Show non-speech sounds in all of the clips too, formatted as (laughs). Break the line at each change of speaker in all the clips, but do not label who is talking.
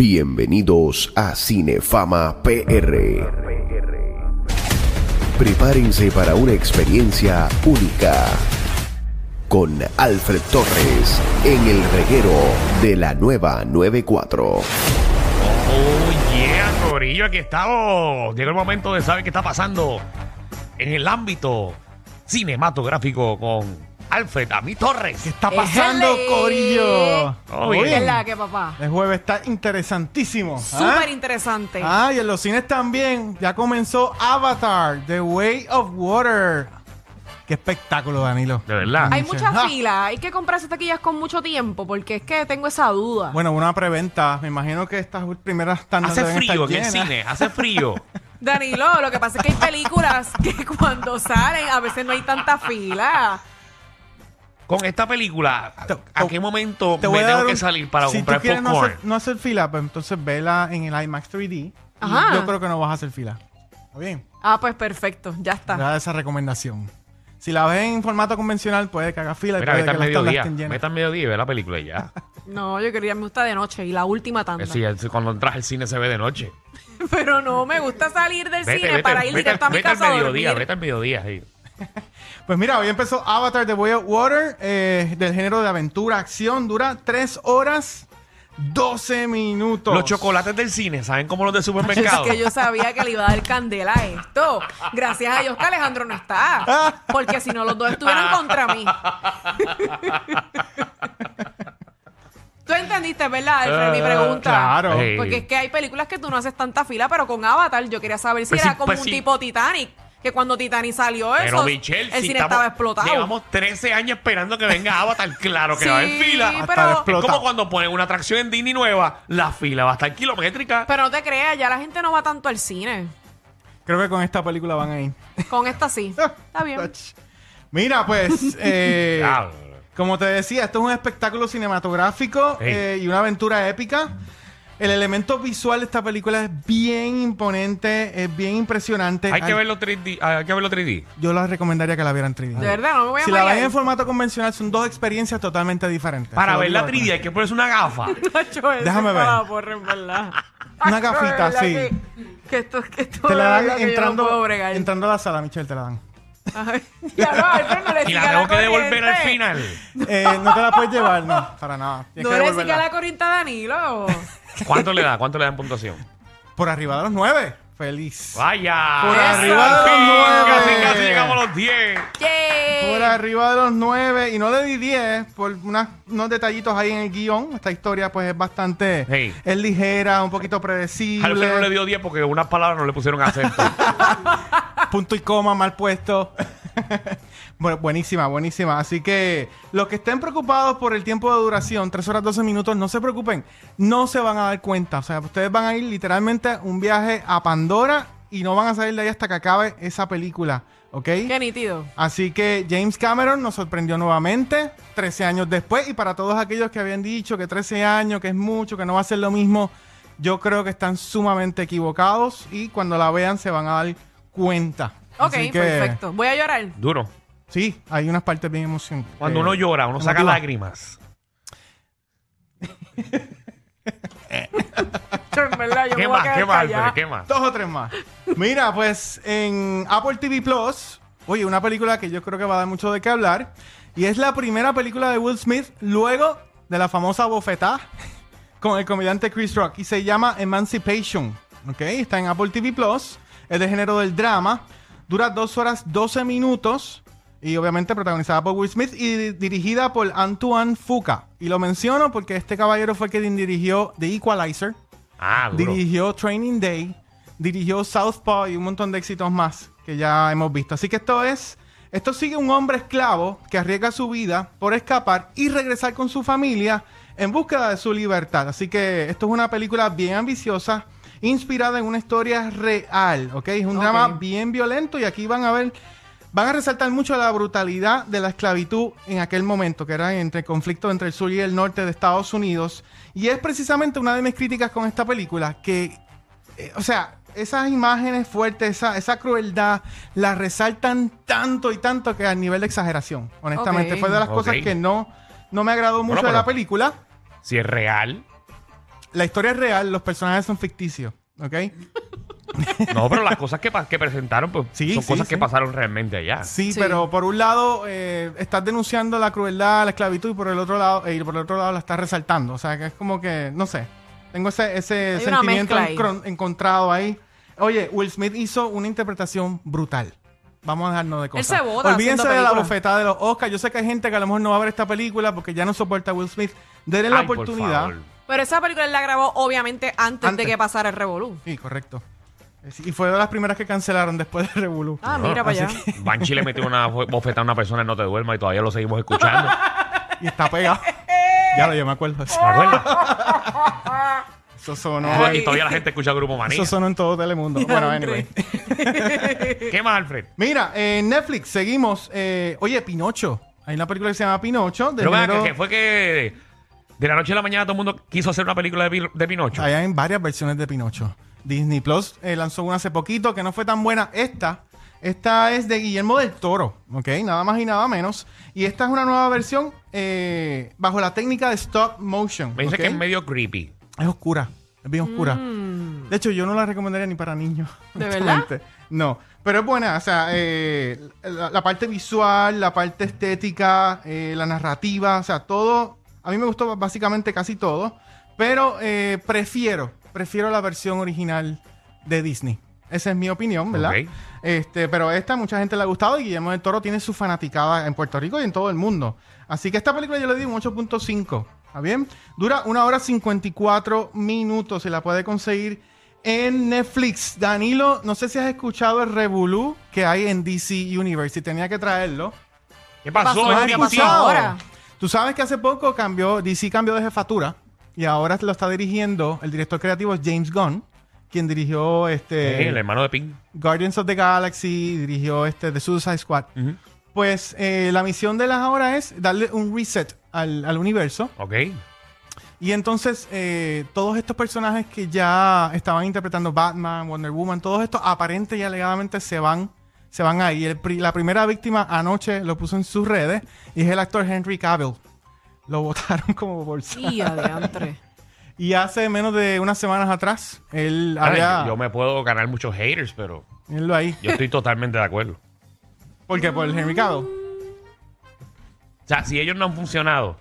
Bienvenidos a Cinefama PR. Prepárense para una experiencia única con Alfred Torres en el reguero de la nueva 94.
Oh yeah, Corillo, aquí estamos. Llegó el momento de saber qué está pasando en el ámbito cinematográfico con Alfred Ami Torres.
¿Qué
Eh,
está pasando,
Ejele.
Corillo?
Oh,
Muy
bien.
¿Qué es
bien.
la que, papá?
El jueves está interesantísimo. ¿ah?
Súper interesante.
Ah, y en los cines también. Ya comenzó Avatar, The Way of Water. Qué espectáculo, Danilo.
De verdad.
Hay
dice,
mucha
"Ah".
fila, hay que comprarse taquillas con mucho tiempo, porque es que tengo esa duda.
Bueno, una preventa. Me imagino que estas primeras tandas
Hace
deben estar
frío en el
llenas.
cine, hace frío.
Danilo, lo que pasa es que hay películas que (laughs) cuando salen a veces no hay tanta fila.
Con esta película,
Te-
¿a
te-
qué momento
Te
me
voy a
tengo
dar
que
un-
salir para
si
comprar
tú quieres No
popcorn?
hacer, no hacer fila, pues entonces vela en el IMAX 3D.
Ajá.
Y Yo creo que no vas a hacer fila. Está bien.
Ah, pues perfecto, ya
Ah.
está.
Da esa recomendación. Si la ves en formato convencional, puede que haga fila y
Mira,
puede
vete
que
al
las tandas
mediodía.
estén llenas.
Vete al mediodía y ve la película y ya.
No, yo quería, me gusta de noche y la última tanda.
Pues Sí, es- cuando entras al cine se ve de noche.
(laughs) Pero no, me gusta salir del
Vete,
cine
vete,
para ir
vete,
directo a mi
vete
casa a
al mediodía,
dormir.
vete al mediodía. sí.
Pues mira, hoy empezó Avatar The Way of Water, eh, del género de aventura, acción, dura 3 horas 12 minutos.
Los chocolates del cine, ¿saben cómo los
(laughs)
de supermercado?
Es que yo sabía que le iba a dar candela a esto. Gracias a Dios que Alejandro no está. Porque si no, los dos estuvieron contra mí. Tú entendiste, ¿verdad, Alfred? Mi
Eh,
pregunta.
claro.
Sí.
Porque es que hay películas que tú no haces tanta fila, pero con Avatar yo quería saber si
Pues
era
sí,
como
pues
un
sí.
tipo Titanic. Que cuando Titanic salió eso,
Pero Michelle,
el
si
cine
estamos-
estaba explotado.
Llevamos 13 años esperando que venga Avatar, claro que
Sí,
va a haber fila.
Va a
pero-
estar
Es
Es
explotado.
como cuando ponen una atracción en Disney nueva, la fila va a estar kilométrica.
Pero no te creas, ya la gente no va tanto al cine.
Creo que con esta película van ahí. Ah,
Con
(laughs)
esta sí. Está bien.
Mira,
(laughs)
pues, eh,
Claro.
como te decía, esto es un espectáculo cinematográfico
Ey.
eh, y una aventura épica. El elemento visual de esta película es bien imponente, es bien impresionante.
Hay que
Al-
verlo 3D. ah, Hay que verlo 3D.
Yo les recomendaría que la vieran 3D.
De verdad, no me voy a
Si la
marear.
ven en formato convencional, son dos experiencias totalmente diferentes.
Para
Te lo
ver
digo
la
de
3D hay que ponerse una
(laughs)
gafa.
Nacho, ese
Déjame ver.
estaba porra, en verdad.
(laughs) Una gafita,
De verdad
sí.
Que, que esto, que esto
Te la
de (laughs)
dan
verdad que yo
entrando,
no puedo bregar.
entrando a la sala, Michelle, te la dan.
(laughs) Ay, ya no, Alfred, no le
Y
siga
la tengo que
corriente.
devolver al final.
Eh, no te la puedes llevar, no, para nada. Tienes
No
que
le siga
devolverla.
la corriente a Danilo.
¿Cuánto le da? ¿Cuánto le da en puntuación?
Por arriba de los nueve. Feliz.
Vaya.
Por
Al
arriba
fin,
de los
Casi,
nueve.
casi llegamos a los 10.
(laughs) Yay.
Por arriba de los nueve. Y no le di diez por unas- unos detallitos ahí en el guión. Esta historia, pues, es bastante.
Hey.
Es ligera, un poquito predecible.
Alfred no le dio 10 porque unas palabras no le pusieron
(laughs)
acento.
punto y coma mal puesto. (laughs) bueno, buenísima, buenísima. Así que los que estén preocupados por el tiempo de duración, 3 horas 12 minutos, no se preocupen, no se van a dar cuenta. O sea, ustedes van a ir literalmente un viaje a Pandora y no van a salir de ahí hasta que acabe esa película, ¿ok?
Qué nítido.
Así que James Cameron nos sorprendió nuevamente, 13 años después, y para todos aquellos que habían dicho que 13 años, que es mucho, que no va a ser lo mismo, yo creo que están sumamente equivocados y cuando la vean se van a dar cuenta.
Ok,
Así que,
perfecto. Voy a llorar.
Duro.
Sí, hay unas partes bien emocionantes. Eh,
Cuando uno llora, uno saca
emotiva.
lágrimas.
(laughs) Yo, en verdad, yo
¿Qué
me voy a
más?
quedar
¿Qué más,
callada.
Alfred? ¿Qué más?
Dos o tres más. Mira, pues en Apple TV Plus, oye, una película que yo creo que va a dar mucho de qué hablar. Y es la primera película de Will Smith luego de la famosa bofetada con el comediante Chris Rock. Y se llama Emancipation. ¿Ok? Está en Apple TV Plus. Es de género del drama. Dura 2 horas 12 minutos. Y obviamente protagonizada por Will Smith y di- dirigida por Antoine Fuqua. Y lo menciono porque este caballero fue quien dirigió The Equalizer.
Ah, duro.
Dirigió Training Day, dirigió Southpaw y un montón de éxitos más que ya hemos visto. Así que esto es, esto sigue un hombre esclavo que arriesga su vida por escapar y regresar con su familia en búsqueda de su libertad. Así que esto es una película bien ambiciosa, inspirada en una historia real, ¿ok? Es un
Ok.
drama bien violento y aquí van a ver, van a resaltar mucho la brutalidad de la esclavitud en aquel momento, que era entre el conflicto entre el sur y el norte de Estados Unidos. Y es precisamente una de mis críticas con esta película, que, eh, o sea, esas imágenes fuertes, esa, esa crueldad, la resaltan tanto y tanto que al nivel de exageración, honestamente.
Ok.
Fue de las
Ok.
cosas que no, no me agradó mucho
Bueno,
de la
pero-
película.
Si es real.
la historia es real, los personajes son ficticios, ¿ok?
No, pero
(laughs)
las cosas que, pa- que presentaron pues,
Sí,
son
sí,
cosas que
sí.
pasaron realmente allá.
Sí,
Sí.
pero por un lado eh, estás denunciando la crueldad, la esclavitud y por el otro lado eh, y por el otro lado la estás resaltando, o sea que es como que no sé, tengo ese, ese
Hay una
sentimiento
mezcla ahí.
encron- encontrado ahí. Oye, Will Smith hizo una interpretación brutal. Vamos a dejarnos de cosas.
se bota
Olvídense
haciendo
de la
películas.
bofetada de los Oscars. Yo sé que hay gente que a lo mejor no va a ver esta película porque ya no soporta a Will Smith. Denle la
Ay, por
oportunidad.
favor.
Pero esa película él la grabó obviamente antes,
Antes.
de que pasara el revolú.
Sí, correcto. Eh, sí, Y fue de las primeras que cancelaron después de Revolu.
Ah, mira para allá.
Banshee le metió una bo- bofetada a una persona en No Te Duerma y todavía lo seguimos
(laughs)
escuchando.
Y está pegado. ya lo yo me acuerdo.
¿Te
Oh.
acuerdas?
Eso sonó.
Y todavía la gente escucha Grupo Manía.
Eso sonó en
(laughs)
todo Telemundo.
Ya,
bueno,
hombre.
anyway.
¿Qué más, Alfred?
Mira, eh, Netflix, seguimos. Eh, oye, Pinocho. Hay una película que se llama Pinocho. De
Pero vean
género-
que, que fue que de la noche a la mañana todo el mundo quiso hacer una película de, Pi- de Pinocho.
Hay en varias versiones de Pinocho. Disney Plus eh, lanzó una hace poquito que no fue tan buena. Esta, esta es de Guillermo del Toro, ¿ok? Nada más y nada menos. Y esta es una nueva versión eh, bajo la técnica de stop motion.
Me dice
¿ok?
que es medio creepy.
Es oscura, es bien oscura. De hecho, yo no la recomendaría ni para niños.
¿De
honestamente. No, pero es buena, o sea, eh, la, la parte visual, la parte estética, eh, la narrativa, o sea, todo. A mí me gustó básicamente casi todo, pero eh, prefiero, prefiero la versión original de Disney. Esa es mi opinión, ¿verdad?
Ok.
Este, pero esta mucha gente le ha gustado y Guillermo del Toro tiene su fanaticada en Puerto Rico y en todo el mundo. Así que esta película yo le di un 8.5. ¿Está bien? Dura una hora 54 minutos y la puede conseguir en Netflix. Danilo, no sé si has escuchado el revolú que hay en DC Universe y tenía que traerlo.
¿Qué (laughs) pasó?
pasó?
Es
¿Qué
creepy.
pasó ahora?
Tú sabes que hace poco cambió, DC cambió de jefatura y ahora lo está dirigiendo el director creativo es James Gunn, quien dirigió este
Eh, el hermano de Pink.
Guardians of the Galaxy, dirigió este The Suicide Squad.
Ujú.
Pues eh, la misión de las ahora es darle un reset al, al universo.
Ok.
Y entonces eh, todos estos personajes que ya estaban interpretando Batman, Wonder Woman, todos estos aparente y alegadamente se van, se van ahí. El pri- la primera víctima anoche lo puso en sus redes y es el actor Henry Cavill. Lo (laughs) votaron como bolsa.
Y adiantre.
Y hace menos de unas semanas atrás, él
Ahora,
había...
yo, yo me puedo ganar muchos haters, pero
Mírenlo ahí.
yo estoy totalmente de acuerdo.
¿Por qué? Por el Henry Cavill.
O sea, si ellos no han funcionado,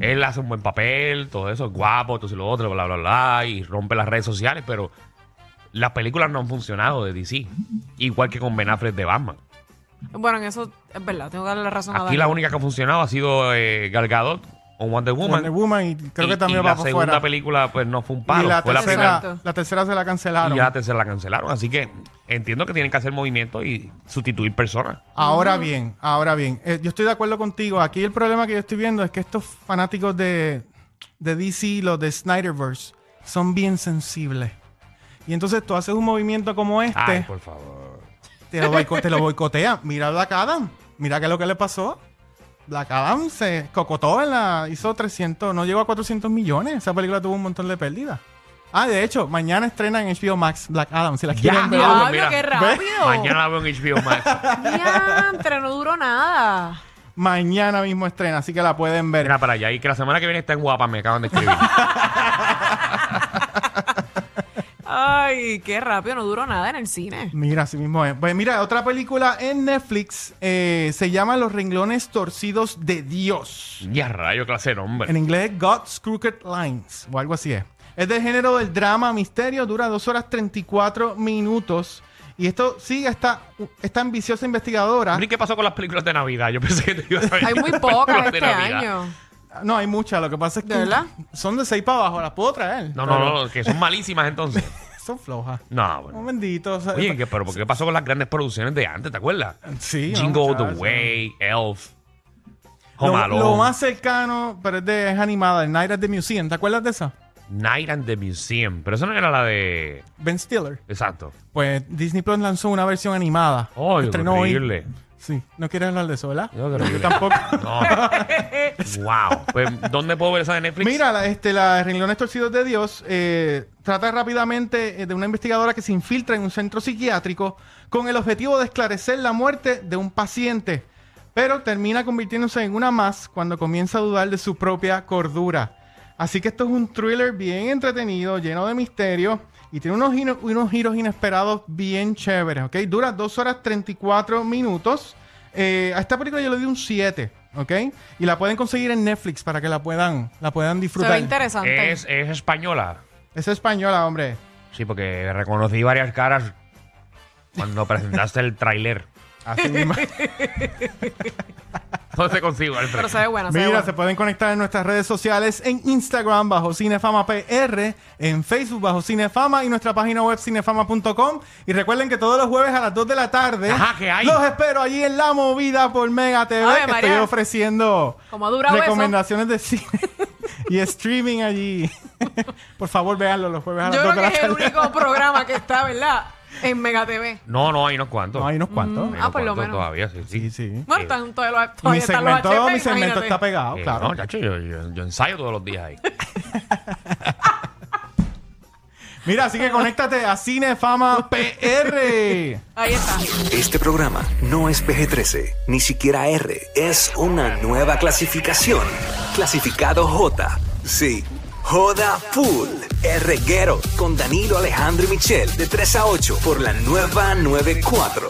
él hace un buen papel, todo eso, es guapo, todo eso y lo otro, bla, bla, bla, y rompe las redes sociales, pero las películas no han funcionado de DC. Igual que con Ben Affleck de Batman.
Bueno, en eso es verdad, tengo que darle la razón a
Aquí la
Dani.
única que ha funcionado ha sido eh, Gal Gadot con Wonder Woman.
Wonder Woman y creo
Y-
que también
y
va
la
por
segunda
fuera.
película pues no fue un palo,
y la
fue la
tercera,
primera.
la,
primera.
tercera se la cancelaron.
Y ya la tercera la cancelaron. Así que entiendo que tienen que hacer movimiento y sustituir personas.
Ahora bien, ahora bien. Eh, yo estoy de acuerdo contigo. Aquí el problema que yo estoy viendo es que estos fanáticos de, de DC, los de Snyderverse, son bien sensibles. Y entonces tú haces un movimiento como este,
Ay, por favor.
te, lo boico- te lo boicotean. Mira a Black Adam. Mira qué es lo que le pasó. Black Adam se cocotó en la... Hizo 300... No llegó a 400 millones. Esa película tuvo un montón de pérdidas. Ah, de hecho, mañana estrena en HBO Max Black Adam. Si la quieren ver.
Ya.
diablo,
Diablo, qué rápido.
Mañana la veo en HBO Max.
Diantre, no duró nada.
Mañana mismo estrena, así que la pueden ver.
Mira para allá. Y que la semana que viene está en guapa, me acaban de
(laughs)
escribir.
Ay, qué rápido, no duró nada en el cine.
Mira, así mismo es. Pues mira, otra película en Netflix eh, se llama Los renglones torcidos de Dios.
ya rayo, clase de
En
nombre.
inglés es God's Crooked Lines o algo así es. Es del género del drama misterio, dura 2 horas 34 minutos. Y esto sigue a esta, esta ambiciosa investigadora.
Mira, ¿y ¿Qué pasó con las películas de Navidad? Yo pensé que te ibas a ver
Hay muy
las
pocas
películas de
este
Navidad.
año.
No, hay muchas, lo que pasa es que
¿De verdad?
son de 6 para abajo, las puedo traer.
No, no,
pero
no, que son malísimas entonces.
Son flojas.
No,
Un
bueno.
bendito. o sea,
Oye, ¿qué, pero ¿por ¿qué pasó con las grandes producciones de antes? ¿Te acuerdas?
Sí, no,
Jingle All the
muchachos.
Way, Elf, Home
Lo,
Alone,
lo más cercano, pero es, de, es animada, el Night at the Museum. ¿Te acuerdas de esa?
Night and the Museum. Pero esa no era la de...
Ben Stiller.
Exacto.
Pues Disney Plus lanzó una versión animada.
¡Ay, qué
Estrenó hoy.
horrible!
Sí, no quieres hablar de eso, ¿verdad?
No, qué horrible.
Yo tampoco. (laughs)
No. wow. Pues, ¿dónde puedo ver esa de Netflix?
Mira, la, este, la Renglones Torcidos de Dios eh, trata rápidamente eh, de una investigadora que se infiltra en un centro psiquiátrico con el objetivo de esclarecer la muerte de un paciente, pero termina convirtiéndose en una más cuando comienza a dudar de su propia cordura. Así que esto es un thriller bien entretenido, lleno de misterio y tiene unos, giro- unos giros inesperados bien chéveres, ¿ok? Dura 2 horas 34 minutos. Eh, a esta película yo le di un 7, ¿ok? Y la pueden conseguir en Netflix para que la puedan, la puedan
Se ve
disfrutar.
interesante.
Es, es española.
es española, hombre.
Sí, porque reconocí varias caras cuando presentaste el tráiler.
Así
(laughs)
mismo.
No te consigo, Alfred.
Pero se ve buena, se ve
Mira,
buena.
se pueden conectar en nuestras redes sociales, en Instagram bajo Cinefama PR, en Facebook bajo Cinefama y nuestra página web cinefama.com. Y recuerden que todos los jueves a las 2 de la tarde
Ajá, ¿qué hay?
los espero allí en La Movida por Mega TV,
Ave
que
María.
estoy ofreciendo
Como ha durado
recomendaciones de cine (laughs) y streaming allí. (laughs) por favor, véanlo los jueves a las
Yo
2 de
creo que
la
es el
tarde.
único programa que está, ¿verdad? En Mega TV.
No, no, hay unos cuantos.
No, hay unos cuantos.
Mm,
Hay
ah,
unos
por lo
cuantos
menos.
Todavía, sí, sí.
Sí, sí.
Bueno, están todos los, todavía
Mi
están los
segmento,
HP,
mi segmento
imagínate.
está pegado,
Eh,
claro.
No, chacho, yo, yo- yo ensayo todos los días ahí.
Mira, así que conéctate a Cinefama PR.
Ahí está.
Este programa no es PG-13, ni siquiera R. Es una nueva clasificación. Clasificado J. Sí. Joda Full. El reguero con Danilo Alejandro y Michel de 3 a 8 por la nueva 94.